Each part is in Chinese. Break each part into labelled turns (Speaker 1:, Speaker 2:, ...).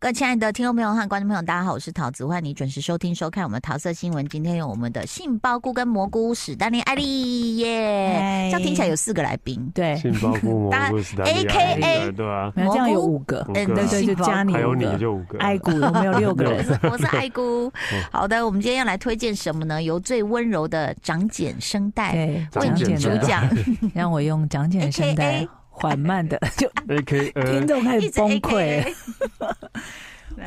Speaker 1: 各位亲爱的听众朋友和观众朋友，大家好，我是桃子，欢迎你准时收听收看我们桃色新闻。今天有我们的杏鲍菇跟蘑菇史丹利艾丽耶
Speaker 2: 嗨，
Speaker 1: 这样听起来有四个来宾，
Speaker 2: 对，
Speaker 3: 杏鲍菇蘑
Speaker 1: 当
Speaker 3: 菇
Speaker 1: 然
Speaker 3: 是大利亚
Speaker 1: AKA
Speaker 3: 的对啊，
Speaker 2: 没有这样有
Speaker 1: 蘑菇
Speaker 2: 五个
Speaker 3: 五，
Speaker 1: 嗯
Speaker 3: 个
Speaker 2: 对
Speaker 3: 啊
Speaker 2: 对，就加你
Speaker 3: 还有
Speaker 2: 五
Speaker 3: 你
Speaker 2: 个，
Speaker 3: 就五 个，
Speaker 2: 爱谷有没有六个
Speaker 1: 我
Speaker 2: 人？
Speaker 1: 是我是爱姑。好的，我们今天要来推荐什么呢？由最温柔的长茧声带
Speaker 2: 对，
Speaker 1: 为
Speaker 2: 长
Speaker 1: 你
Speaker 2: 茧
Speaker 1: 主
Speaker 2: 的，
Speaker 1: 讲，
Speaker 2: 让我用长茧的声
Speaker 1: AKA
Speaker 2: 带缓慢的，就
Speaker 3: A K
Speaker 2: 听
Speaker 3: A，
Speaker 2: 众开
Speaker 1: 一
Speaker 2: 始
Speaker 1: 直
Speaker 2: 崩
Speaker 1: AKA
Speaker 2: 溃。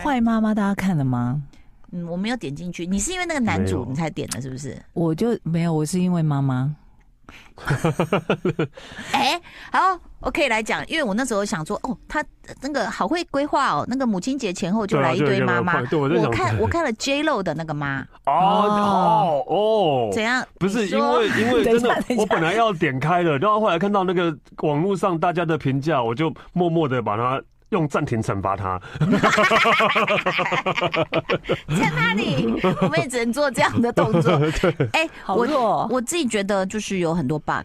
Speaker 2: 坏妈妈，大家看了吗？
Speaker 1: 嗯，我没有点进去，你是因为那个男
Speaker 3: 没
Speaker 1: 主
Speaker 3: 有
Speaker 1: 你才点的，是不是？
Speaker 2: 我就没有，我是因为妈妈，
Speaker 1: 哎，好，OK 来讲，因为我那时候想说，哦，他呃那个好会规划哦，那个母亲节前后就
Speaker 3: 对啊
Speaker 1: 来一堆妈妈。
Speaker 3: 对我在想
Speaker 1: 我看我看了 J Lo 的那个妈，
Speaker 3: 哦哦
Speaker 1: 怎
Speaker 3: 哦，
Speaker 1: 样？
Speaker 3: 不是
Speaker 1: 你
Speaker 3: 因
Speaker 1: 说
Speaker 3: 为因 为
Speaker 2: 等一
Speaker 3: 真
Speaker 2: 下
Speaker 3: 的
Speaker 2: 等一，下
Speaker 3: 我本来要点开了，然后后来看到那个网络上大家的评价，我就默默的把它用暂停惩罚它。
Speaker 1: 在哪 里？我们也只能做这样的动 作。哎，
Speaker 2: 好
Speaker 1: 我
Speaker 2: 弱哦。
Speaker 1: 我自己觉得就是有很多 bug，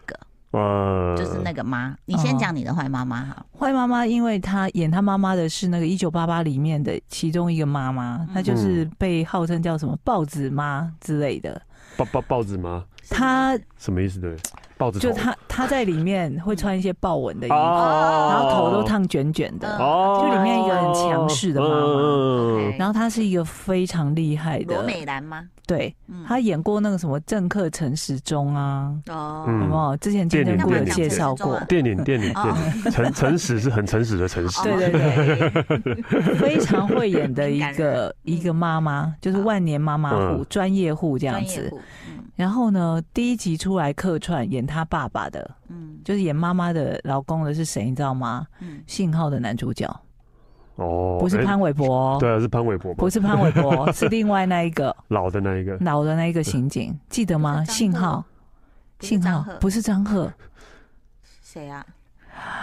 Speaker 3: 呃
Speaker 1: 就是那个妈，你先
Speaker 2: 哦
Speaker 1: 讲你的坏妈妈好。
Speaker 2: 坏妈妈，因为她演她妈妈的是那个《一九八八》里面的其中一个妈妈，她
Speaker 3: 嗯
Speaker 2: 就是被号称叫什么“豹子妈”之类的。
Speaker 3: 报报报纸吗？
Speaker 2: 她
Speaker 3: 什么意思的？报纸
Speaker 2: 就
Speaker 3: 头
Speaker 2: 她她在里面会穿一些豹纹的衣服，
Speaker 3: 哦
Speaker 2: 然后头都烫卷卷的。
Speaker 3: 哦，
Speaker 2: 就里面一个很强势的妈妈
Speaker 3: 嗯
Speaker 1: OK
Speaker 2: 然后她是一个非常厉害
Speaker 1: 哎罗
Speaker 2: 的，
Speaker 1: 美兰吗？
Speaker 2: 对，
Speaker 1: 嗯，
Speaker 2: 她演过那个什么《政客陈时中》啊，
Speaker 1: 哦，
Speaker 3: 嗯
Speaker 2: 有没有？之前金针
Speaker 3: 电影
Speaker 2: 菇有
Speaker 3: 电影
Speaker 2: 介绍过
Speaker 1: 电，
Speaker 3: 电影电影
Speaker 1: 哦
Speaker 3: 电影，诚诚实是很诚实的诚实。
Speaker 2: 对对
Speaker 1: 对，
Speaker 2: 非常会演的一
Speaker 1: 很感人嗯
Speaker 2: 个一个妈妈，就是万年妈妈户、
Speaker 3: 嗯
Speaker 2: 专业户这样
Speaker 1: 专业
Speaker 2: 子。
Speaker 1: 户，嗯
Speaker 2: 然后呢，第一集出来客串演她爸爸的，
Speaker 1: 嗯
Speaker 2: 就是演妈妈的老公的是谁，你知道吗？
Speaker 1: 嗯，
Speaker 2: 信号的男主角
Speaker 3: 哦，
Speaker 2: 不是
Speaker 3: 哎
Speaker 2: 潘玮柏哦，
Speaker 3: 对啊，是潘玮柏嘛
Speaker 2: 不，是潘玮柏，哦是另外那一 个
Speaker 3: 老的那一个。
Speaker 2: 老的那一个刑警，记得
Speaker 1: 不
Speaker 2: 吗？
Speaker 1: 是张
Speaker 2: 信
Speaker 1: 赫
Speaker 2: 号，
Speaker 1: 不是
Speaker 2: 信
Speaker 1: 张
Speaker 2: 号
Speaker 1: 赫
Speaker 2: 不是张赫，
Speaker 1: 谁啊？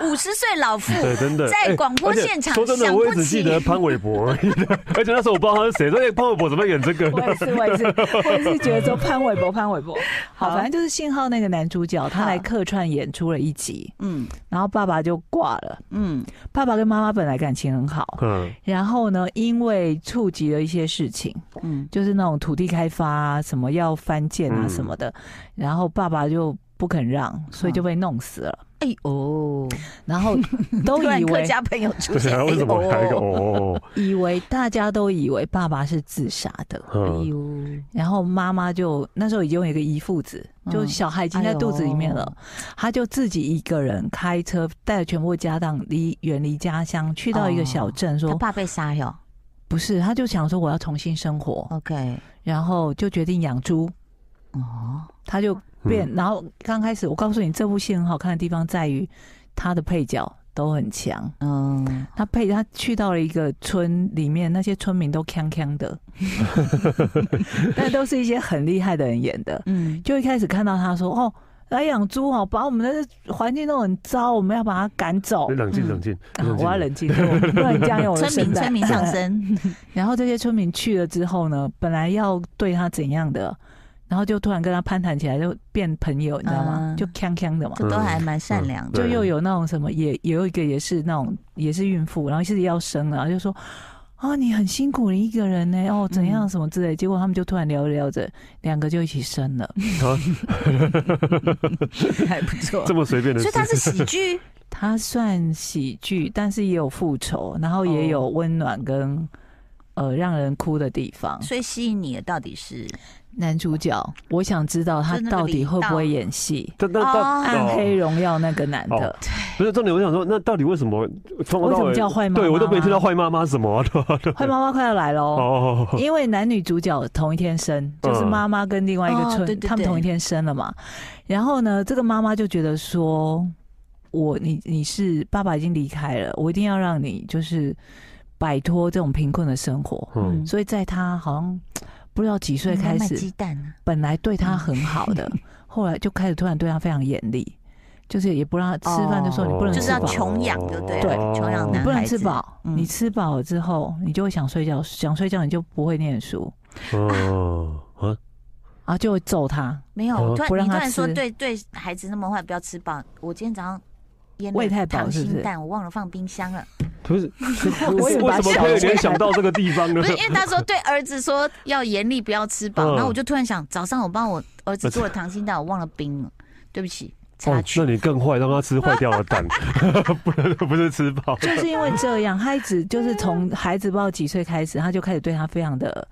Speaker 1: 五十岁老妇
Speaker 3: 对，真 的
Speaker 1: 在
Speaker 3: 哎
Speaker 1: 广播
Speaker 3: 而且
Speaker 1: 现场
Speaker 3: 说真的，
Speaker 1: 想
Speaker 3: 我
Speaker 1: 不
Speaker 3: 也只记
Speaker 1: 起
Speaker 3: 得潘玮柏 而已，而且那时候我不知道他是谁，说哎，潘玮柏怎么演这个
Speaker 2: 我也
Speaker 3: 呢？
Speaker 2: 是，我也是，我也是觉得说潘玮柏，潘玮柏，好，
Speaker 1: 好
Speaker 2: 反正就是信号那个男主角，他
Speaker 1: 好
Speaker 2: 来客串演出了一集，
Speaker 1: 嗯
Speaker 2: 然后爸爸就挂了。
Speaker 1: 嗯
Speaker 2: 爸爸跟妈妈本来感情很好，
Speaker 3: 嗯，
Speaker 2: 然后呢，因为触及了一些事情，
Speaker 1: 嗯，
Speaker 2: 就是那种土地开发啊，什么要翻建啊
Speaker 3: 嗯
Speaker 2: 什么的，然后爸爸就不肯让，所以就被弄死了。
Speaker 1: 哎哦，
Speaker 2: 然后 都
Speaker 1: 突然
Speaker 2: 以
Speaker 1: 客
Speaker 2: 为
Speaker 1: 家朋友出
Speaker 3: 对
Speaker 1: 现，
Speaker 3: 啊，为什么来一个
Speaker 1: 哎呦
Speaker 3: 哦？
Speaker 2: 以为大家都以为爸爸是自杀的，
Speaker 1: 哎
Speaker 3: 嗯，
Speaker 1: 呦，
Speaker 2: 然后妈妈就那时候已经有一个遗腹子，
Speaker 1: 嗯哎
Speaker 2: 就小孩已经在肚子里面了，她就自己一个人开车带全部家当离远离家乡，去到一个小镇说，
Speaker 1: 他爸被杀哟
Speaker 2: 不是，她就想说我要重新生活，
Speaker 1: ，OK，
Speaker 2: 然后就决定养猪，
Speaker 1: 哦，
Speaker 2: 她就变，
Speaker 1: 嗯
Speaker 2: 然后刚开始我告诉你这部戏很好看的地方在于她的配角都很强，
Speaker 1: 嗯，
Speaker 2: 她配她去到了一个村里面，那些村民都锵锵 的，但都是一些很厉害的人演的，
Speaker 1: 嗯，
Speaker 2: 就一开始看到他说：“哦，来养猪哦，把我们的环境都很糟，我们要把它赶走。
Speaker 3: 你哎冷静
Speaker 1: 嗯
Speaker 3: 冷静，
Speaker 2: 啊我要
Speaker 3: 静
Speaker 2: 冷静，对不能这样用我的
Speaker 1: 村民
Speaker 2: 声带。
Speaker 1: 村民上身，
Speaker 2: 然后这些村民去了之后呢，本来要对他怎样的，然后就突然跟他攀谈起来，就变朋友，你知道吗？
Speaker 1: 嗯
Speaker 2: 就锵锵的嘛。
Speaker 1: 这都还蛮善良的，
Speaker 2: 就
Speaker 3: 对
Speaker 2: 又有那种什么，也也有一个也是那种也是孕妇，然后是要生了，啊然后就说。哦，你很辛苦，你一个人呢，哦，怎样
Speaker 1: 嗯
Speaker 2: 什么之类，结果他们就突然聊着聊着，两个就一起生了，
Speaker 1: 还不错
Speaker 3: 这。么随便的
Speaker 1: 所
Speaker 3: 事
Speaker 1: 以，他是喜剧，
Speaker 2: 它算喜剧，但是也有复仇，然后也有温暖跟、呃让人哭的地方。
Speaker 1: 所以吸引你的到底是
Speaker 2: 男主角，我想知道他
Speaker 1: 就那个
Speaker 2: 到底会不会
Speaker 1: 李道
Speaker 2: 演戏。
Speaker 3: 但但但
Speaker 1: 哦
Speaker 2: 暗黑
Speaker 3: 哦
Speaker 2: 荣耀那个男的，
Speaker 3: 不是重点，我想说，那到底为什么从头
Speaker 2: 为
Speaker 3: 到
Speaker 2: 什么
Speaker 3: 尾
Speaker 2: 叫坏妈妈？
Speaker 3: 对我都没听到。坏妈妈什么啊？对啊
Speaker 1: 哦
Speaker 3: 对啊
Speaker 2: 坏妈妈快要来 喽！
Speaker 3: 哦，
Speaker 2: 因为男女主角同一天生，就是妈妈跟另外一个
Speaker 1: 哦
Speaker 2: 村，
Speaker 1: 对对
Speaker 2: 他们
Speaker 1: 对
Speaker 2: 同一天生了嘛。然后呢，这个妈妈就觉得说，我你你是爸爸已经离开了，我一定要让你就是摆脱这种贫困的生活。
Speaker 3: 嗯，
Speaker 2: 所以在他好像不知道几岁开
Speaker 1: 卖
Speaker 2: 始，
Speaker 1: 鸡蛋啊， 嗯
Speaker 2: 本来对他很好的，后来就开始突然对他非常严厉。就是也不让他吃饭，就说你不能
Speaker 1: 哦就是
Speaker 2: 吃
Speaker 1: 要
Speaker 2: 饱，
Speaker 1: 穷养就对
Speaker 2: 对
Speaker 3: 哦
Speaker 1: 了，穷养
Speaker 2: 你
Speaker 1: 男
Speaker 2: 不能
Speaker 1: 孩
Speaker 2: 吃
Speaker 1: 子。
Speaker 2: 饱，
Speaker 1: 嗯
Speaker 2: 你吃饱了之后，你就会想睡觉，想睡觉你就不会念书，
Speaker 3: 哦啊，
Speaker 2: 然后就会揍他，
Speaker 1: 没有，
Speaker 3: 哦
Speaker 1: 我突
Speaker 2: 不
Speaker 1: 然
Speaker 2: 让
Speaker 1: 你突
Speaker 2: 他
Speaker 1: 然说
Speaker 2: 吃
Speaker 1: 对对孩子那么坏，不要吃饱。我今天早上腌
Speaker 2: 喂太
Speaker 1: 了
Speaker 2: 饱
Speaker 1: 溏
Speaker 2: 是不
Speaker 1: 心
Speaker 2: 是
Speaker 1: 蛋，我忘了放冰箱了。
Speaker 3: 不是，
Speaker 2: 我
Speaker 3: 为
Speaker 2: 以为把
Speaker 3: 什么
Speaker 2: 小
Speaker 3: 可以联
Speaker 2: 孩
Speaker 3: 想到这个地方呢
Speaker 1: 不？是因为那时候对儿子说要严厉，不要吃饱，
Speaker 3: 嗯
Speaker 1: 然后我就突然想，早上我帮我儿子做了溏心蛋，我忘了冰了，对不起，插
Speaker 3: 哦，
Speaker 1: 曲
Speaker 3: 那。你更坏，让他吃坏掉 的蛋，不能不是吃饱。
Speaker 2: 就是因为这样，他一直就是从孩子不知道几岁开始，他就开始对他非常的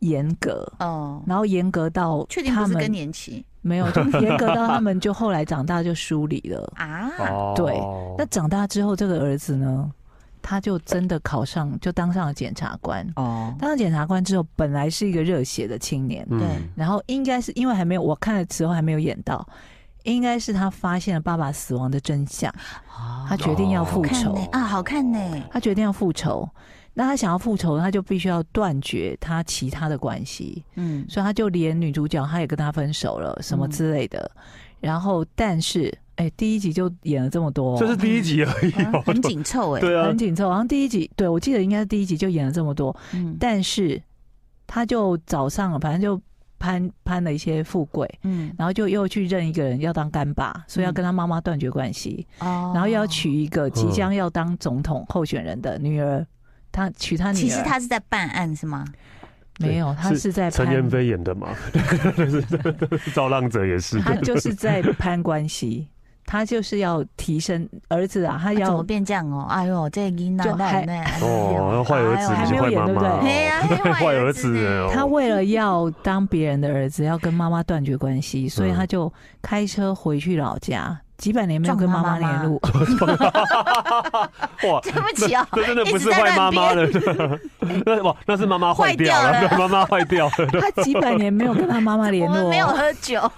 Speaker 2: 严格，
Speaker 1: 哦，
Speaker 2: 然后严格到
Speaker 1: 确定
Speaker 2: 他
Speaker 1: 不是
Speaker 2: 们
Speaker 1: 更年期
Speaker 2: 没有，就严格到他们就后来长大就疏离 了。
Speaker 1: 啊？
Speaker 3: 哦
Speaker 2: 对那长大之后，这个儿子呢，他就真的考上，就当上了检察官。
Speaker 1: 哦，
Speaker 2: 当上检察官之后，本来是一个热血的青年，
Speaker 3: 嗯
Speaker 1: 对
Speaker 2: 然后应该是因为还没有我看的时候还没有演到，应该是他发现了爸爸死亡的真相，他决定要
Speaker 1: 好
Speaker 2: 复
Speaker 1: 看
Speaker 2: 仇。
Speaker 1: 呢啊，好看呢，
Speaker 2: 他决定要复仇。那他想要复仇，他就必须要断绝他其他的关系，
Speaker 1: 嗯，
Speaker 2: 所以他就连女主角他也跟他分手了，什么之类的。然后，但是，哎、第一集就演了这么多哦、
Speaker 3: 这是第一集而已
Speaker 1: 啊
Speaker 3: 哦。
Speaker 1: 很 紧凑哎，
Speaker 3: 对啊
Speaker 2: 很，紧凑。好像第一集，对我记得应该是第一集就演了这么多，
Speaker 1: 嗯
Speaker 2: 但是他就早上反正就攀攀了一些富贵，
Speaker 1: 嗯，
Speaker 2: 然后就又去认一个人要当干爸，所以要跟他妈妈断绝关系。
Speaker 1: 哦
Speaker 2: 然后又要娶一个即将要当总统候选人的女儿，他娶他女儿，
Speaker 1: 其实他是在办案是吗？
Speaker 2: 没有，他是在
Speaker 3: 陈彦
Speaker 2: 攀，
Speaker 3: 飞演的 嘛，造浪者也是。
Speaker 2: 他就是在攀关系，他就是要提升儿子啊，他
Speaker 1: 啊怎
Speaker 2: 要
Speaker 1: 么变这样哦？哎呦，这囡
Speaker 2: 就
Speaker 1: 仔
Speaker 2: 还
Speaker 1: 那哎
Speaker 3: 哦，坏儿子
Speaker 1: 还
Speaker 3: 不
Speaker 1: 没
Speaker 3: 是
Speaker 2: 有
Speaker 3: 坏妈
Speaker 2: 演对不对
Speaker 3: 妈，
Speaker 1: 嘿呀，
Speaker 3: 坏儿子
Speaker 1: 呢
Speaker 3: 哦
Speaker 2: 他为了要当别人的儿子，要跟妈妈断绝关系，所以他就开车回去老家，几百年没有跟妈妈联络，
Speaker 3: 哇，
Speaker 1: 对不起啊，
Speaker 3: 这真的不是坏妈妈了， 那哇，那是妈妈坏掉
Speaker 1: 坏掉了
Speaker 3: 了，对妈妈坏掉了，
Speaker 2: 他几百年没有跟他妈妈联
Speaker 1: 我们
Speaker 2: 络哦
Speaker 1: 没有，喝酒，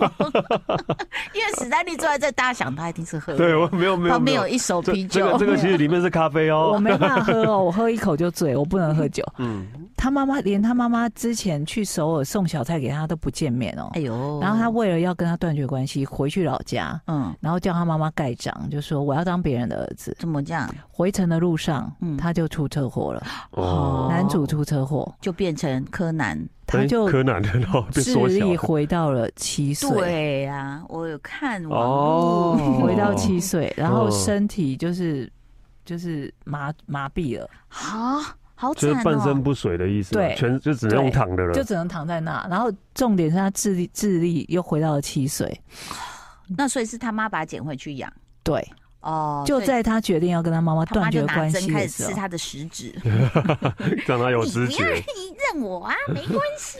Speaker 1: 因为史丹利坐在这，大家想他一定是喝。
Speaker 3: 对我没有没有
Speaker 1: 旁
Speaker 3: 没
Speaker 1: 边
Speaker 3: 有
Speaker 1: 有，一手
Speaker 3: 这
Speaker 1: 啤
Speaker 3: 这个
Speaker 1: 酒
Speaker 3: 这，个其实里面是咖啡
Speaker 2: 我
Speaker 3: 哦，
Speaker 2: 没办法喝哦，我喝一口就醉，我不能喝酒。
Speaker 3: 嗯，
Speaker 2: 他妈妈连他妈妈之前去首尔送小菜给他都不见面哦，
Speaker 1: 哎呦，
Speaker 2: 然后他为了要跟他断绝关系，回去老家，
Speaker 1: 嗯，
Speaker 2: 然后叫他妈妈盖章，就说我要当别人的儿子。
Speaker 1: 怎么这样
Speaker 2: 回程的路上，
Speaker 1: 嗯
Speaker 2: 他就出车祸了，
Speaker 1: 哦
Speaker 2: 男主出车祸，
Speaker 3: 哦
Speaker 1: 就变成柯南？
Speaker 2: 他就
Speaker 3: 柯南的，然后被
Speaker 2: 智
Speaker 3: 缩小
Speaker 2: 力
Speaker 3: 了，
Speaker 2: 回到了七岁，
Speaker 1: 对呀，我有看网
Speaker 3: 哦
Speaker 1: 络，
Speaker 2: 回到七岁，然后身体就是就是麻麻痹了，
Speaker 1: 好啊好
Speaker 3: 就
Speaker 1: 惨
Speaker 3: 是半身
Speaker 1: 哦，
Speaker 3: 不遂的意思嘛，
Speaker 2: 对
Speaker 3: 全就只能用躺的了，
Speaker 2: 就只能躺在那。然后重点是他智力智力又回到了七岁，
Speaker 1: 那所以是他妈把他捡回去养
Speaker 2: 对，
Speaker 1: 哦，
Speaker 2: 就
Speaker 1: 所以
Speaker 2: 在他决定要跟他妈妈
Speaker 1: 他妈
Speaker 2: 断
Speaker 1: 就
Speaker 2: 绝
Speaker 1: 拿
Speaker 2: 关
Speaker 1: 针
Speaker 2: 系
Speaker 1: 开
Speaker 2: 的
Speaker 1: 始
Speaker 2: 时
Speaker 1: 吃
Speaker 2: 候，
Speaker 1: 他的食指，
Speaker 3: 让他有
Speaker 1: 你
Speaker 3: 知
Speaker 1: 不要
Speaker 3: 觉。
Speaker 1: 你认我啊，没关系。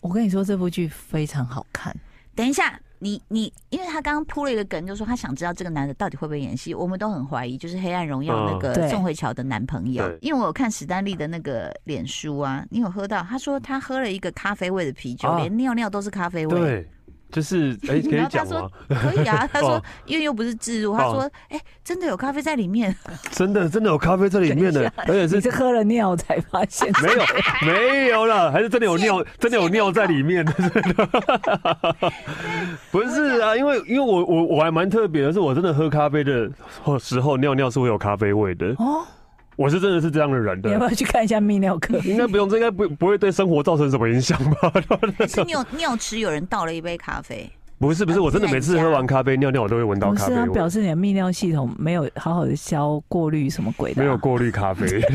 Speaker 2: 我跟你说这部剧非常好看。
Speaker 1: 等一下，你你，因为他刚刚铺了一个梗，就说他想知道这个男的到底会不会演戏，我们都很怀疑，就是《黑暗荣耀》那
Speaker 3: 嗯
Speaker 1: 个
Speaker 2: 对
Speaker 1: 宋慧乔的男朋友
Speaker 3: 对，
Speaker 1: 因为我有看史丹利的那个脸书啊，你有喝到？他说他喝了一个咖啡味的啤酒，
Speaker 3: 啊
Speaker 1: 连尿尿都是咖啡味，
Speaker 3: 对，就是哎，可
Speaker 1: 然
Speaker 3: 以
Speaker 1: 后他
Speaker 3: 讲
Speaker 1: 说
Speaker 3: 吗？
Speaker 1: 可以 啊。他说
Speaker 3: 哦
Speaker 1: 因为又不是置入，他说哎、真的有咖啡在里面，
Speaker 3: 真的真的有咖啡在里面的，而且
Speaker 2: 你
Speaker 3: 是
Speaker 2: 是喝了尿才发现
Speaker 3: 没有没有了，还是真的有尿，真的有尿在里面的，不是啊，因为因为我我我还蛮特别的，是我真的喝咖啡的时候尿尿是会有咖啡味的，
Speaker 2: 哦？
Speaker 3: 我是真的是这样的人
Speaker 2: 你要不
Speaker 3: 的。
Speaker 2: 要去看一下泌尿科？
Speaker 3: 应该不用，这应该不不会对生活造成什么影响吧？
Speaker 1: 还是尿尿池有人倒了一杯咖啡，
Speaker 3: 不是不
Speaker 1: 啊
Speaker 3: 是，我真的每次喝完咖啡尿尿，我都会闻到
Speaker 2: 不
Speaker 3: 咖
Speaker 2: 是，
Speaker 3: 啡
Speaker 2: 它
Speaker 3: 味
Speaker 2: 表，示你的泌尿系统没有好好的消过滤什么鬼的、啊
Speaker 3: 没有。过滤咖啡。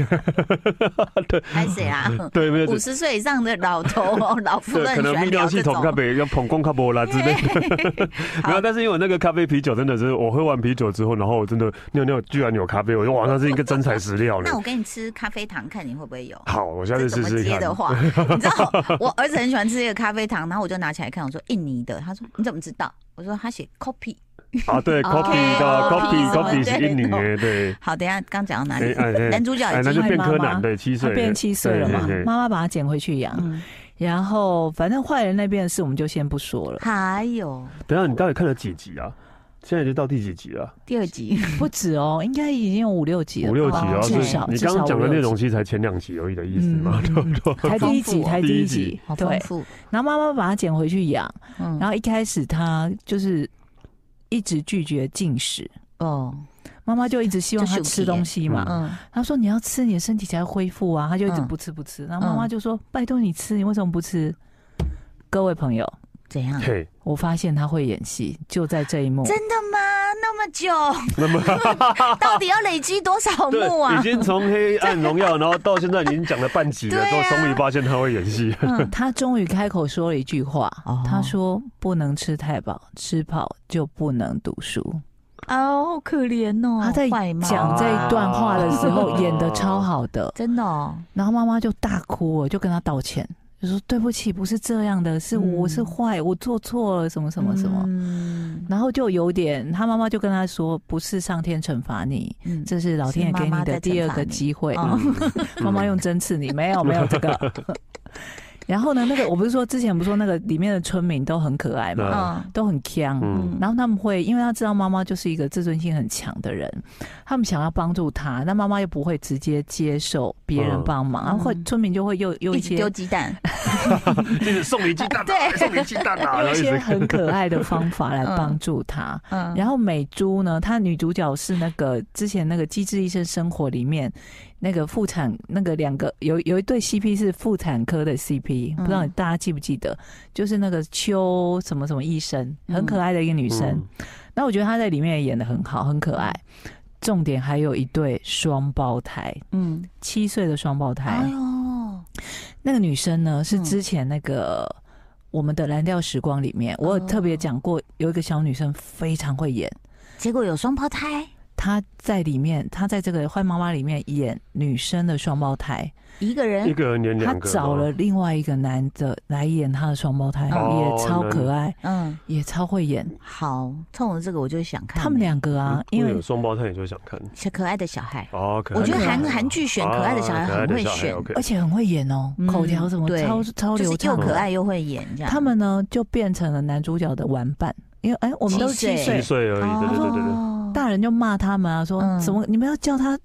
Speaker 1: 还是谁啊？
Speaker 3: 对，没有
Speaker 1: 五十岁以上的老头 哦，老夫都很
Speaker 3: 对，可
Speaker 1: 喜
Speaker 3: 能
Speaker 1: 欢
Speaker 3: 泌
Speaker 1: 聊
Speaker 3: 尿
Speaker 1: 这
Speaker 3: 系统
Speaker 1: 种
Speaker 3: 咖。啡要捧光卡波啦之类 的， 没有。但是因为我那个咖啡啤酒真的是，我喝完啤酒之后，然后我真的尿尿居然有咖啡，我就哇，那是一个真材实料呢
Speaker 1: 那。我给你吃咖啡糖，看你会不会有。
Speaker 3: 好，我下
Speaker 1: 这
Speaker 3: 次
Speaker 1: 怎
Speaker 3: 试
Speaker 1: 么
Speaker 3: 试
Speaker 1: 接
Speaker 3: 看。
Speaker 1: 的 话，你知道我儿子很喜欢吃这个咖啡糖，然后我就拿起来看，我说印尼的，他说你怎么知道？我说他写 copy。
Speaker 3: 啊， 对，copy 的
Speaker 1: OK，
Speaker 3: copy
Speaker 1: 哦什么
Speaker 3: copy
Speaker 1: 之类
Speaker 3: 是
Speaker 1: 的
Speaker 3: 印尼的，对。
Speaker 1: 好，等一下刚讲到哪
Speaker 3: 哎
Speaker 1: 里？
Speaker 3: 哎哎
Speaker 1: 男主角
Speaker 3: 哎，
Speaker 1: 已
Speaker 3: 那就
Speaker 1: 经
Speaker 3: 变柯
Speaker 2: 妈妈
Speaker 3: 南，对，七
Speaker 2: 他
Speaker 3: 岁，
Speaker 2: 变七岁了嘛
Speaker 3: 对对，对
Speaker 2: 妈妈把他捡回去养，
Speaker 1: 嗯
Speaker 2: 然后反正坏人那边的事我们就先不说了，
Speaker 1: 还有
Speaker 3: 等一下，你到底看了几集啊？现在已经到第几集了？
Speaker 1: 第二集，
Speaker 2: 不止哦，应该已经有五六集了吧，
Speaker 3: 嗯五六集
Speaker 1: 哦
Speaker 3: 啊，
Speaker 2: 至
Speaker 1: 对
Speaker 3: 是
Speaker 2: 少
Speaker 3: 你
Speaker 2: 至
Speaker 3: 刚
Speaker 2: 少
Speaker 3: 刚讲的
Speaker 2: 五六
Speaker 3: 内
Speaker 2: 集
Speaker 3: 容其实才前两集而已的意思嘛，
Speaker 2: 嗯
Speaker 3: 对不对？
Speaker 2: 才第一
Speaker 1: 丰
Speaker 2: 集，
Speaker 1: 富哦
Speaker 2: 才第一
Speaker 3: 第一
Speaker 2: 集
Speaker 3: 集，
Speaker 1: 好丰
Speaker 2: 对。
Speaker 1: 富。
Speaker 2: 然后妈妈把他捡回去养，
Speaker 1: 嗯
Speaker 2: 然后一开始他就是一直拒绝进食，
Speaker 1: 哦，
Speaker 2: 妈妈就一直希望他吃东西嘛。
Speaker 3: 嗯
Speaker 1: 嗯，
Speaker 2: 他说你要吃，你的身体才会恢复啊。他就一直
Speaker 1: 嗯
Speaker 2: 不吃不吃，然后妈妈就说拜托你吃，你为什么不吃？各位朋友，
Speaker 1: 怎样？
Speaker 3: 嘿，
Speaker 2: 我发现他会演戏，就在这一幕。
Speaker 1: 真的吗？那么久，
Speaker 3: 那么
Speaker 1: 到底要累积多少幕
Speaker 3: 对，已
Speaker 1: 啊？
Speaker 3: 经从《黑暗荣耀》，然后到现在已经讲了半集了，
Speaker 1: 对
Speaker 3: 之后
Speaker 1: 啊
Speaker 3: 终于发现他会演 戏。
Speaker 2: 嗯，他终于开口说了一句话
Speaker 1: 哦，
Speaker 2: 他说：“不能吃太饱，吃饱就不能读书。
Speaker 1: 啊，好可怜哦，
Speaker 2: 他在
Speaker 1: 坏妈
Speaker 2: 讲这一段话的时候
Speaker 3: 哦，
Speaker 2: 演的超好的，
Speaker 1: 真的哦，
Speaker 2: 然后妈妈就大哭了，就跟他道歉，就说：“对不起，不是这样的，是
Speaker 1: 嗯
Speaker 2: 我是坏，我做错了，什么什么什么。
Speaker 1: 嗯”
Speaker 2: 然后就有点，他妈妈就跟他说：“不是上天惩罚你，
Speaker 1: 嗯
Speaker 2: 这是老天爷给你的第二个机会。”嗯
Speaker 1: 哦
Speaker 2: 妈妈用针刺你，没有没有这个。 然后呢，那个我不是说之前不是说那个里面的村民都很可爱嘛，
Speaker 1: 嗯
Speaker 2: 都很强。
Speaker 3: 嗯，
Speaker 2: 然后他们会，因为他知道妈妈就是一个自尊心很强的人，他们想要帮助他，那妈妈又不会直接接受别人帮忙，
Speaker 1: 嗯
Speaker 2: 然后会村民就会又又
Speaker 1: 一
Speaker 2: 一
Speaker 1: 直
Speaker 2: 些
Speaker 1: 丢鸡蛋，
Speaker 3: 就是送你鸡蛋啊，
Speaker 1: 对
Speaker 3: 送你鸡蛋 啊，
Speaker 2: 用
Speaker 3: 然后
Speaker 2: 一些
Speaker 3: 一直
Speaker 2: 很可爱的方法来帮助他。
Speaker 1: 嗯，
Speaker 2: 然后美珠呢，她女主角是那个之前那个《机智医生生活》里面那个妇产那个两个有有一对 CP 是妇产科的 CP，、不知道
Speaker 1: 嗯
Speaker 2: 大家记不记得？就是那个邱什么什么医生，很可爱的一个女生。
Speaker 3: 嗯
Speaker 2: 那我觉得她在里面也演的很好，很可爱。重点还有一对双胞胎，
Speaker 1: 嗯，
Speaker 2: 七岁的双胞胎。
Speaker 1: 哎呦，
Speaker 2: 那个女生呢是
Speaker 1: 嗯
Speaker 2: 之前那个。我们的《蓝调时光》里
Speaker 1: 嗯
Speaker 2: 面，我有特别讲过，有一个小女生非常会演，
Speaker 1: 结果有双胞胎，
Speaker 2: 她在里面，她在这个《坏妈妈》里面演女生的双胞胎，
Speaker 1: 一个
Speaker 3: 一
Speaker 1: 人，
Speaker 3: 个人演
Speaker 2: 她
Speaker 3: 两个，
Speaker 2: 找了另外一个男的来演她的双胞胎，
Speaker 3: 哦
Speaker 2: 也超可爱，
Speaker 1: 嗯，
Speaker 2: 也超会演。
Speaker 1: 好，冲着这个我就想看
Speaker 2: 他们两个啊，因为
Speaker 3: 嗯有双胞胎，你就想看
Speaker 1: 小可爱的小孩，
Speaker 3: 哦。可爱
Speaker 1: 我觉得
Speaker 3: 的
Speaker 1: 韩
Speaker 3: 小孩
Speaker 1: 韩剧选可爱的小孩很会选，
Speaker 3: 啊可爱的小孩，OK
Speaker 2: 而且很会演哦，
Speaker 1: 嗯
Speaker 2: 口条什么
Speaker 1: 对
Speaker 2: 超超
Speaker 1: 就是
Speaker 2: 流
Speaker 1: 又
Speaker 2: 畅。哦
Speaker 1: 可爱又会演这样。
Speaker 2: 他们呢就变成了男主角的玩伴，因为哎，我们都是
Speaker 1: 七岁
Speaker 2: 七
Speaker 3: 七
Speaker 2: 岁，
Speaker 3: 岁而已，对对对对对，
Speaker 1: 哦
Speaker 2: 大人就骂他们啊，说
Speaker 1: 嗯
Speaker 2: 怎么你们要叫他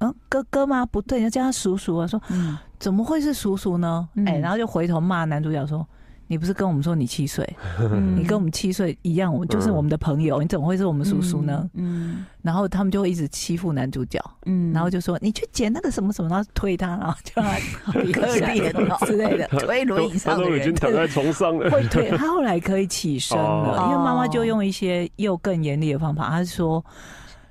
Speaker 2: 嗯哥哥吗？不对，你要叫他叔叔啊，说
Speaker 1: 嗯
Speaker 2: 怎么会是叔叔呢？哎、
Speaker 1: 嗯
Speaker 2: 然后就回头骂男主角说：“你不是跟我们说你七岁，
Speaker 1: 嗯
Speaker 2: 你跟我们七岁一样，我们就是
Speaker 3: 嗯
Speaker 2: 我们的朋友，你怎么会是我们叔叔呢？”？
Speaker 1: 嗯
Speaker 2: 然后他们就会一直欺负男主角，
Speaker 1: 嗯
Speaker 2: 然后就说：“你去捡那个什么什么，然后推他，然后就 让他好
Speaker 1: 可怜哦
Speaker 2: 之类的。”
Speaker 1: 推轮椅
Speaker 3: 他
Speaker 1: 上的
Speaker 3: 都已经
Speaker 1: 人，
Speaker 3: 躺在床上 了，
Speaker 2: 会推他后来可以起身了，
Speaker 1: 哦
Speaker 2: 因为妈妈就用一些又更严厉的方法，她说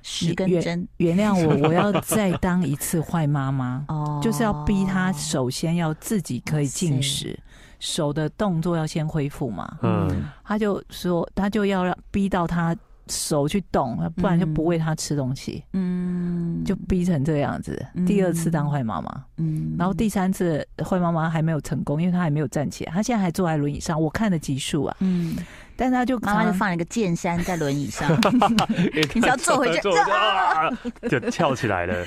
Speaker 1: 十根针
Speaker 2: 原谅我，我要再当一次坏妈妈。
Speaker 1: 哦
Speaker 2: 就是要逼他首先要自己可以进食，手的动作要先恢复嘛。
Speaker 3: 嗯，
Speaker 2: 他就说，他就要让逼到他手去动，不然就不喂他吃东西，
Speaker 1: 嗯
Speaker 2: 就逼成这样子。
Speaker 1: 嗯
Speaker 2: 第二次当坏妈妈，
Speaker 1: 嗯
Speaker 2: 然后第三次坏妈妈还没有成功，因为她还没有站起来，她现在还坐在轮椅上。我看的集数啊，
Speaker 1: 嗯，
Speaker 2: 但她就
Speaker 1: 妈妈就
Speaker 2: 常
Speaker 1: 放了一个剑山在轮椅上，
Speaker 3: 你
Speaker 1: 只要坐回去
Speaker 3: 坐回去啊，就跳起来了，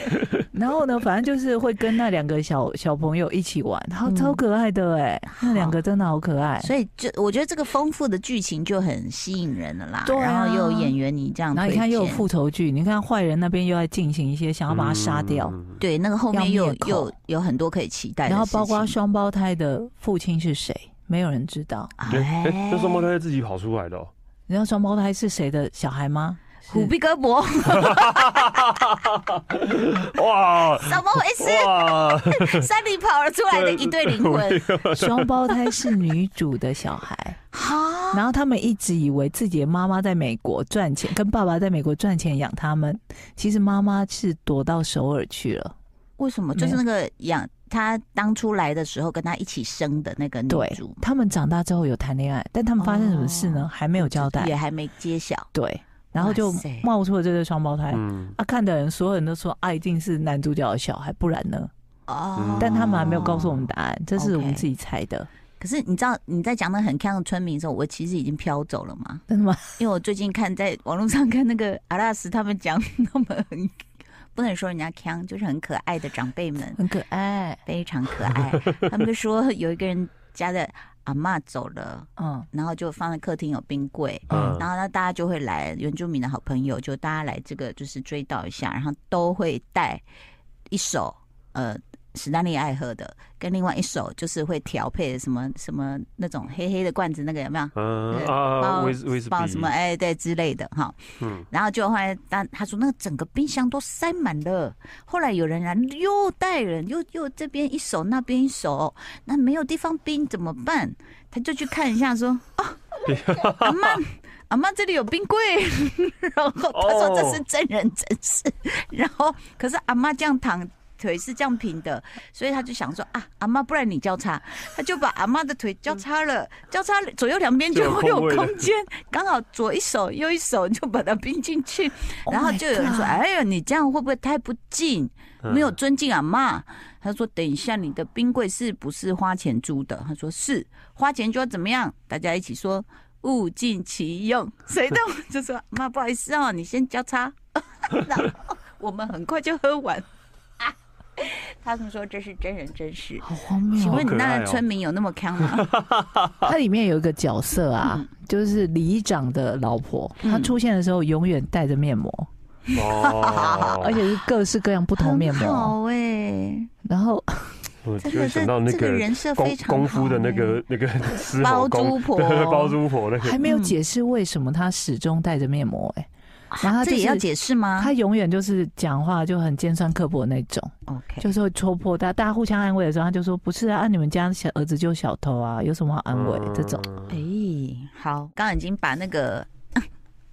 Speaker 2: 然后呢，反正就是会跟那两个小小朋友一起玩，然后
Speaker 1: 嗯
Speaker 2: 超可爱的哎、那两个真的好可爱。
Speaker 1: 所以就我觉得这个丰富的剧情就很吸引人了啦。
Speaker 2: 对啊
Speaker 1: 然后又有演员你这样推荐，
Speaker 2: 然后你看又有复仇剧，你看坏人那边又在进行一些想要把他杀掉，
Speaker 3: 嗯
Speaker 1: 对那个后面又
Speaker 2: 要
Speaker 1: 有
Speaker 2: 灭口
Speaker 1: 又有很多可以期待的
Speaker 2: 然
Speaker 1: 事情，
Speaker 2: 后包括双胞胎的父亲是谁，没有人知道。
Speaker 3: 哎，哎
Speaker 1: 哎
Speaker 3: 那双胞胎自己跑出来的哦，
Speaker 2: 你知道双胞胎是谁的小孩吗？
Speaker 1: 虎臂胳 膊，
Speaker 3: 哇
Speaker 1: 怎么回 事？
Speaker 3: 哇，
Speaker 1: 山里跑了出来的一对灵魂，
Speaker 2: 双胞胎是女主的小孩，
Speaker 1: 哈，
Speaker 2: 然后他们一直以为自己的妈妈在美国赚钱，跟爸爸在美国赚钱养他们，其实妈妈是躲到首尔去了。
Speaker 1: 为什么？
Speaker 2: 没
Speaker 1: 就
Speaker 2: 有
Speaker 1: 是那个养他当初来的时候跟他一起生的那个女
Speaker 2: 对
Speaker 1: 主，，
Speaker 2: 他们长大之后有谈恋爱，但他们发生什么事
Speaker 1: 哦
Speaker 2: 呢？还没有交代
Speaker 1: 也。还没揭晓。
Speaker 2: 对，然后就
Speaker 1: 哇塞
Speaker 2: 冒出了这对双胞胎。
Speaker 3: 嗯，
Speaker 2: 啊，看的人，所有人都说啊，一定是男主角的小孩，不然呢？
Speaker 1: 哦
Speaker 3: 嗯，
Speaker 2: 但他们还没有告诉我们答案，这是我们自己猜的，
Speaker 1: 可是你知道你在讲的很看的村民的时候，我其实已经飘走了嘛，
Speaker 2: 真的吗？
Speaker 1: 因为我最近看在网络上看那个阿拉斯他们讲，他们很不能说人家腔，就是很可爱的长辈 们，哎
Speaker 2: 很可爱，
Speaker 1: 非常可爱。他们就说有一个人家的阿嬷走了，
Speaker 2: 嗯
Speaker 1: 然后就放在客厅有冰柜，
Speaker 3: 嗯
Speaker 1: 然后呢，大家就会来原住民的好朋友，就大家来这个就是追悼一下，然后都会带一首呃史丹利爱喝的，跟另外一首就是会调配什么什么那种黑黑的罐子，那个有没有？
Speaker 3: 嗯
Speaker 1: 对
Speaker 3: 啊，
Speaker 1: 包
Speaker 3: 威斯威士
Speaker 1: 包什么
Speaker 3: 忌，
Speaker 1: 哎对之类的哈。
Speaker 3: 嗯，
Speaker 1: 然后就后来他他说那个整个冰箱都塞满了，后来有人来又带人，又又这边一手那边一手，那没有地方冰怎么办？他就去看一下说，
Speaker 3: 哎
Speaker 1: 哦，阿妈。阿妈，这里有冰柜， 然后他说这
Speaker 3: 哦
Speaker 1: 是真人真事，然后可是阿妈这样躺腿是这样平的，所以他就想说啊，阿妈，不然你交叉，他就把阿妈的腿交叉了，交叉左右两边就会有
Speaker 3: 就有空位了
Speaker 1: 空间，刚好左一手右一手就把它拼进去，
Speaker 2: Oh
Speaker 1: 然后就有人说，
Speaker 2: my God
Speaker 1: 哎呦，你这样会不会太不敬，
Speaker 3: 嗯
Speaker 1: 没有尊敬阿啊妈？他说，等一下你的冰柜是不是花钱租的？他说是，花钱就要怎么样？大家一起说。物尽其 用，所以呢，我就说妈，不好意思哦，你先交叉。 然后我们很快就喝完。 他们说这是真人真事。
Speaker 2: 好荒谬
Speaker 1: 请
Speaker 2: 哦！
Speaker 1: 问你
Speaker 3: 好可
Speaker 1: 那
Speaker 3: 爱哦
Speaker 1: 村民有那么坑 吗？
Speaker 2: 它里面有一个角色啊，就是里长的老婆，
Speaker 1: 嗯
Speaker 2: 她出现的时候永远戴着面膜，，
Speaker 3: 哦
Speaker 1: 哎
Speaker 2: 而且是各式各样不同面
Speaker 1: 很
Speaker 2: 膜。
Speaker 1: 好哎、
Speaker 2: 然后
Speaker 3: 我
Speaker 1: 真
Speaker 3: 就
Speaker 1: 的
Speaker 3: 会
Speaker 1: 这
Speaker 3: 想到那
Speaker 1: 这个
Speaker 3: 个
Speaker 1: 人设
Speaker 3: 功
Speaker 1: 非常好
Speaker 3: 功夫的那
Speaker 1: 哎
Speaker 3: 个那个 狮
Speaker 1: 包租
Speaker 3: 吼功，
Speaker 1: 婆
Speaker 3: 对，包租婆 那个嗯
Speaker 2: 还没
Speaker 1: 嗯
Speaker 2: 有解释为什么她始终戴着面膜、哎、然后
Speaker 3: 啊
Speaker 2: 她
Speaker 1: 啊这
Speaker 2: 就
Speaker 1: 也要
Speaker 2: 是
Speaker 1: 解释吗
Speaker 2: 她永远就是讲话就很尖酸刻薄那种，
Speaker 1: ？OK，
Speaker 2: 就是会戳破大大家互相安慰的时候，她就说不是啊，啊你们家小儿子就是小偷啊，有什么好安
Speaker 3: 嗯
Speaker 2: 慰、这种。
Speaker 1: 哎、好，刚刚已经把那个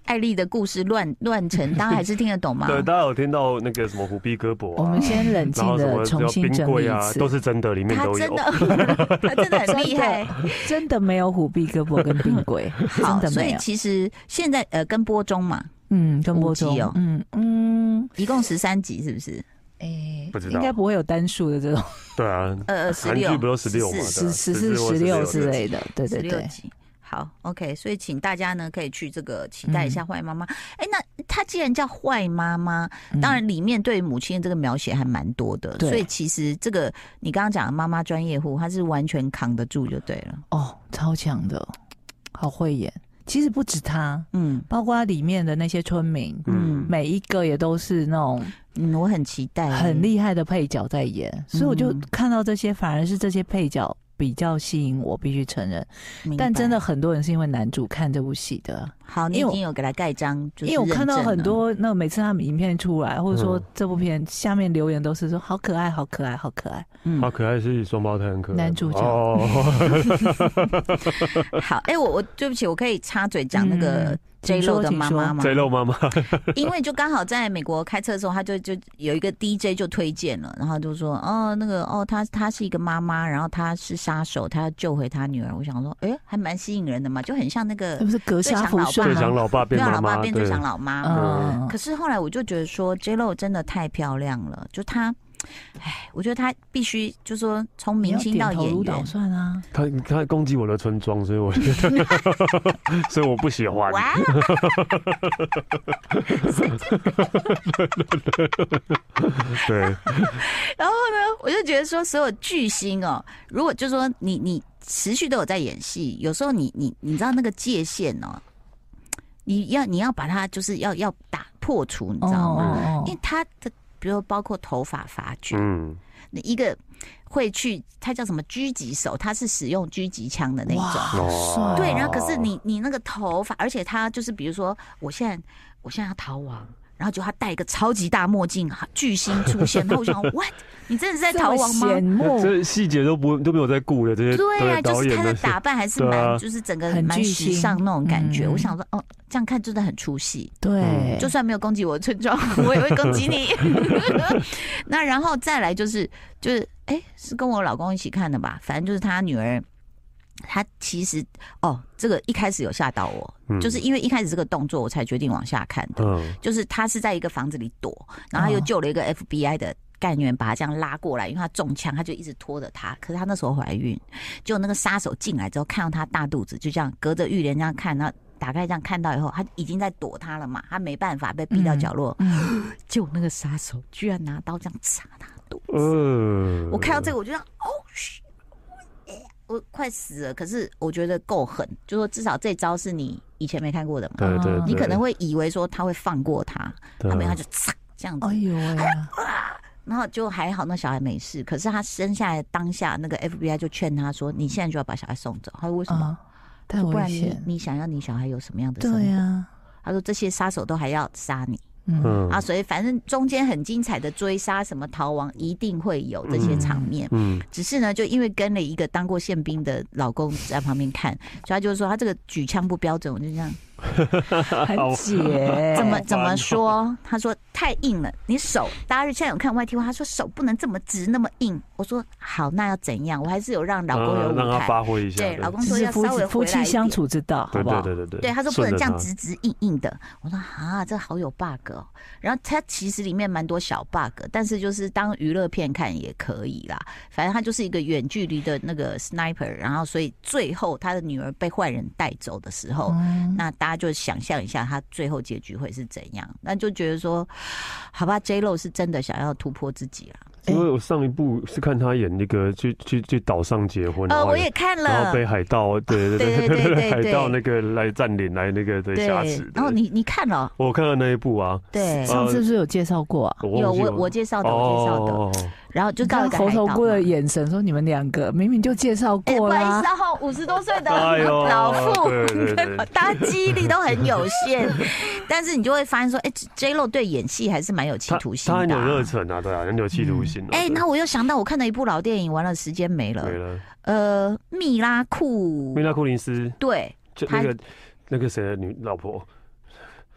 Speaker 1: 艾丽的故事乱乱成，大家还是听得懂吗？
Speaker 3: 对，大家有听到那个什么虎臂胳膊
Speaker 2: 我
Speaker 3: 啊
Speaker 2: 们，先冷
Speaker 3: 然
Speaker 2: 静
Speaker 3: 后什
Speaker 2: 的
Speaker 3: 么
Speaker 2: 重
Speaker 3: 叫
Speaker 2: 新
Speaker 3: 冰
Speaker 2: 整理
Speaker 3: 柜
Speaker 2: 一
Speaker 3: 啊，
Speaker 2: 次
Speaker 3: 都，是真的，里面
Speaker 1: 他
Speaker 3: 都
Speaker 1: 真
Speaker 3: 有。
Speaker 1: 的， 他真的很厉害。
Speaker 2: 真的没有虎臂胳膊跟冰柜，真
Speaker 1: 好，
Speaker 2: 的
Speaker 1: 所
Speaker 2: 没
Speaker 1: 以
Speaker 2: 有。
Speaker 1: 其实现在呃，跟播中嘛，
Speaker 2: 嗯，跟
Speaker 1: 五
Speaker 2: 波
Speaker 1: 集
Speaker 2: 中，
Speaker 1: 哦
Speaker 2: 嗯嗯，
Speaker 1: 一共十三集，是不是？
Speaker 2: 哎
Speaker 3: 不知道
Speaker 2: 应该不会有单数的这种，
Speaker 3: 对啊，
Speaker 1: 呃，十
Speaker 3: 韩
Speaker 1: 六，
Speaker 3: 剧不都16
Speaker 1: 14
Speaker 3: 嘛对
Speaker 2: 十
Speaker 3: 啊
Speaker 2: 十
Speaker 3: 14
Speaker 2: 四、
Speaker 3: 或
Speaker 2: 十六
Speaker 3: 16
Speaker 2: 之类的，对对
Speaker 1: 十六
Speaker 2: 对。
Speaker 1: 集。好，OK，所以请大家呢可以去这个期待一
Speaker 3: 嗯
Speaker 1: 下坏妈妈。哎、那她既然叫坏妈妈，
Speaker 2: 嗯
Speaker 1: 当，然里面对母亲的这个描写还蛮多的，
Speaker 2: 对
Speaker 1: 所以其实这个你刚刚讲的妈妈专业户，她是完全扛得住就对了。
Speaker 2: 哦，超强的，好会演。其实不止他，
Speaker 1: 嗯
Speaker 2: 包括里面的那些村民，
Speaker 3: 嗯，
Speaker 2: 每一个也都是那种
Speaker 1: 嗯，我很期待，
Speaker 2: 很厉害的配角在演，所以我就
Speaker 1: 嗯
Speaker 2: 看到这些，反而是这些配角比较吸引我，必须承认。
Speaker 1: 明白
Speaker 2: 但真的很多人是因为男主看这部戏的，
Speaker 1: 好，你
Speaker 2: 因
Speaker 1: 已
Speaker 2: 为
Speaker 1: 经有给她盖章，就是
Speaker 2: 因为我看到
Speaker 1: 认证了啊
Speaker 2: 很多那每次他们影片出来，或者说
Speaker 3: 嗯
Speaker 2: 这部片下面留言都是说好可爱，好可爱，好可爱。
Speaker 1: 嗯
Speaker 3: 好可爱，是双胞胎，很可爱。
Speaker 2: 男主角
Speaker 3: 哦，
Speaker 1: 好，哎、我我对不起，我可以插嘴讲那个
Speaker 2: 嗯
Speaker 1: J
Speaker 2: 请
Speaker 1: Lo
Speaker 2: 说
Speaker 1: 的妈妈吗？
Speaker 3: 贼肉妈妈，
Speaker 1: 因为就刚好在美国开车的时候，他就就有一个 DJ 就推荐了，然后就说哦那个哦，她她是一个妈妈，然后她是杀手，她要救回她女儿。我想说，哎、还蛮吸引人的嘛，就很像那个
Speaker 2: 这不是格杀福
Speaker 1: 对
Speaker 2: 顺
Speaker 3: 最
Speaker 1: 啊
Speaker 3: 想
Speaker 2: 吗？
Speaker 3: 老爸
Speaker 1: 不
Speaker 3: 变
Speaker 1: 要
Speaker 3: 妈
Speaker 1: 老爸
Speaker 3: 妈，
Speaker 1: 变
Speaker 3: 对
Speaker 1: 最想老妈嘛。
Speaker 2: 嗯，
Speaker 1: 可是后来我就觉得说，J Lo 真的太漂亮了，就她，哎，我觉得她必须就说从明星到
Speaker 2: 你要点头
Speaker 1: 演
Speaker 2: 如捣
Speaker 1: 员，
Speaker 2: 蒜啊！
Speaker 3: 他他攻击我的村庄，所以我觉 得， 所以我不喜欢。
Speaker 1: 哇，
Speaker 3: 对，
Speaker 1: 然后呢，我就觉得说，所有巨星哦，如果就说你你持续都有在演戏，有时候你你你知道那个界限哦，你要你要把它就是要要打破除，你知道吗？
Speaker 2: 哦
Speaker 1: 因为他的比如包括头发发卷，
Speaker 3: 嗯，
Speaker 1: 那一个会去他叫什么狙击手，他是使用狙击枪的那一种。
Speaker 2: 好帅
Speaker 1: 对，然后
Speaker 2: 哦
Speaker 1: 可是你你那个头发，而且他就是比如说，我现在我现在要逃亡，然后就他戴一个超级大墨镜，巨星出现，然后我 想 what？你真的是在逃亡吗嗯
Speaker 2: 这么？羡
Speaker 3: 那
Speaker 2: 慕，
Speaker 3: 这细节都不都没有在顾的这些
Speaker 1: 哦对啊，就
Speaker 3: 导
Speaker 1: 是
Speaker 3: 演
Speaker 1: 他的
Speaker 3: 那些
Speaker 1: 打扮还是
Speaker 3: 对啊
Speaker 1: 蛮，就是整个
Speaker 2: 很
Speaker 1: 蛮
Speaker 2: 巨
Speaker 1: 时
Speaker 2: 星
Speaker 1: 尚那种感觉。
Speaker 2: 嗯
Speaker 1: 我想说，哦，这样看真的很出戏。
Speaker 2: 对，
Speaker 3: 嗯
Speaker 1: 就算没有攻击我的村庄， 我也会攻击你。那然后再来就是就是，哎，是跟我老公一起看的吧？反正就是他女儿，他其实哦，这个一开始有吓到我，
Speaker 3: 嗯
Speaker 1: 就是因为一开始这个动作，我才决定往下看的。
Speaker 3: 嗯，
Speaker 1: 就是他是在一个房子里躲，然后他又救了一个 FBI 的干员，把他这样拉过来，因为他中枪，他就一直拖着他。可是他那时候怀孕，就那个杀手进来之后，看到他大肚子，就这样隔着浴帘这样看，然后打开这样看到以后，他已经在躲他了嘛，他没办法被逼到角落，
Speaker 2: 嗯
Speaker 1: 结果那个杀手居然拿刀这样插他肚子。
Speaker 3: 呃，
Speaker 1: 我看到这个，我就想，哦，嘘我快死了。可是我觉得够狠，就说至少这招是你以前没看过的嘛。
Speaker 3: 对
Speaker 2: 嗯
Speaker 3: 对，对
Speaker 1: 你可能会以为说他会放过他，
Speaker 3: 对
Speaker 2: 哦
Speaker 1: 他没有，他就嚓这样子
Speaker 2: 哎，呦喂啊，
Speaker 1: 然后就还好，那小孩没事。可是他生下来当下，那个 FBI 就劝他说：“你现在就要把小孩送走。”他说：“为什么？
Speaker 2: 啊，太
Speaker 1: 不
Speaker 2: 危
Speaker 1: 然你
Speaker 2: 险。
Speaker 1: 你想要你小孩有什么样的生活？”
Speaker 2: 对啊 呀，
Speaker 1: 他说：“这些杀手都还要杀你、
Speaker 2: 嗯，
Speaker 3: 嗯
Speaker 1: 啊！所以反正中间很精彩的追杀、什么逃亡，一定会有这些场面。
Speaker 3: 嗯，
Speaker 1: 只是呢，就因为跟了一个当过宪兵的老公在旁边看，所以他就说他这个举枪不标准。我就这样，
Speaker 3: 啊
Speaker 2: 很解
Speaker 1: 怎么
Speaker 3: 哎
Speaker 1: 怎么说？他说太硬了，你手，大家现在有看 YT，他说手不能这么直那么硬。我说好，那要怎样？我还是有让老公有
Speaker 3: 嗯让
Speaker 1: 舞
Speaker 3: 他
Speaker 1: 台。
Speaker 3: 发挥一下，
Speaker 1: 对，老公
Speaker 2: 这
Speaker 1: 说
Speaker 2: 是
Speaker 1: 要
Speaker 2: 夫
Speaker 1: 稍微
Speaker 2: 妻夫
Speaker 1: 回来
Speaker 2: 妻
Speaker 1: 一
Speaker 2: 相
Speaker 1: 点。
Speaker 2: 处之道，
Speaker 3: 对
Speaker 2: 好不
Speaker 3: 对
Speaker 2: 好？
Speaker 3: 对对对，
Speaker 1: 对，他说不
Speaker 3: 顺
Speaker 1: 能
Speaker 3: 着
Speaker 1: 这样
Speaker 3: 他
Speaker 1: 直直硬硬的。我说啊，这好有 bug 哦。然后它其实里面蛮多小 bug，但是就是当娱乐片看也可以啦。反正他就是一个远距离的那个 sniper，然后所以最后他的女儿被坏人带走的时候，
Speaker 2: 嗯
Speaker 1: 那大家就想象一下他最后结局会是怎样。那就觉得说，好吧，J Lo 是真的想要突破自己啦。
Speaker 3: 因为我上一部是看他演那个去去去岛上结婚，然
Speaker 1: 呃，
Speaker 3: 后
Speaker 1: 我也看
Speaker 3: 然
Speaker 1: 了
Speaker 3: 后。被海盗，对对
Speaker 1: 对对对对
Speaker 3: 海
Speaker 1: 对
Speaker 3: 盗那个来占领来那个对
Speaker 1: 对
Speaker 3: 挟持的，，
Speaker 1: 然后你你看了，
Speaker 3: 我看了那一部啊，
Speaker 1: 对，
Speaker 2: 上次是不是有介绍过啊？
Speaker 3: 我
Speaker 1: 有
Speaker 3: 忘记
Speaker 1: 我
Speaker 3: 了
Speaker 1: 我介绍的，我介绍的，
Speaker 3: 哦，
Speaker 1: 然后就
Speaker 2: 你
Speaker 1: 到一
Speaker 2: 看
Speaker 1: 个
Speaker 2: 猴
Speaker 1: 海
Speaker 2: 头
Speaker 1: 岛
Speaker 2: 菇的
Speaker 1: 嘛
Speaker 2: 眼神说：“你们两个明明就介绍
Speaker 1: 哎，不
Speaker 2: 过啊
Speaker 1: 好意
Speaker 2: 啦
Speaker 1: 思。哦，五十多岁的
Speaker 3: 哎呦
Speaker 1: 老妇，
Speaker 3: 对对对
Speaker 1: 大家记忆力都很有限， 但是你就会发现说，哎、j Lo 对演戏还是蛮有 企
Speaker 3: 他
Speaker 1: 图心
Speaker 3: 他很
Speaker 1: 的、
Speaker 3: 有热
Speaker 1: 啊。
Speaker 3: 忱啊，对啊，很有企图心啊。
Speaker 1: 哎、
Speaker 3: 对
Speaker 1: 那我又想到我看了一部老电影，完了时间没了
Speaker 3: 没，了，
Speaker 1: 呃，密拉库
Speaker 3: 米，拉库林斯
Speaker 1: 对，
Speaker 3: 就
Speaker 1: 他
Speaker 3: 那个那个谁的女老婆，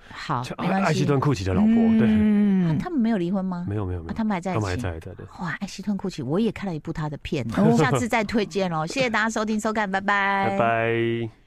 Speaker 1: 好
Speaker 3: 就，啊
Speaker 1: 没
Speaker 3: 艾
Speaker 1: 关
Speaker 3: 艾希
Speaker 1: 系。啊
Speaker 3: 顿库奇的老婆，对，
Speaker 2: 嗯，
Speaker 1: 他们没有离婚吗？
Speaker 3: 没有没有没
Speaker 1: 啊
Speaker 3: 有，
Speaker 1: 他们还在
Speaker 3: 他们还
Speaker 1: 一起
Speaker 3: 在。还在的。
Speaker 1: 哇，艾希顿·库奇， 我也看了一部他的片呢，
Speaker 2: 哦
Speaker 1: 下次再推荐哦。谢谢大家收听收看，拜拜，
Speaker 3: 拜拜。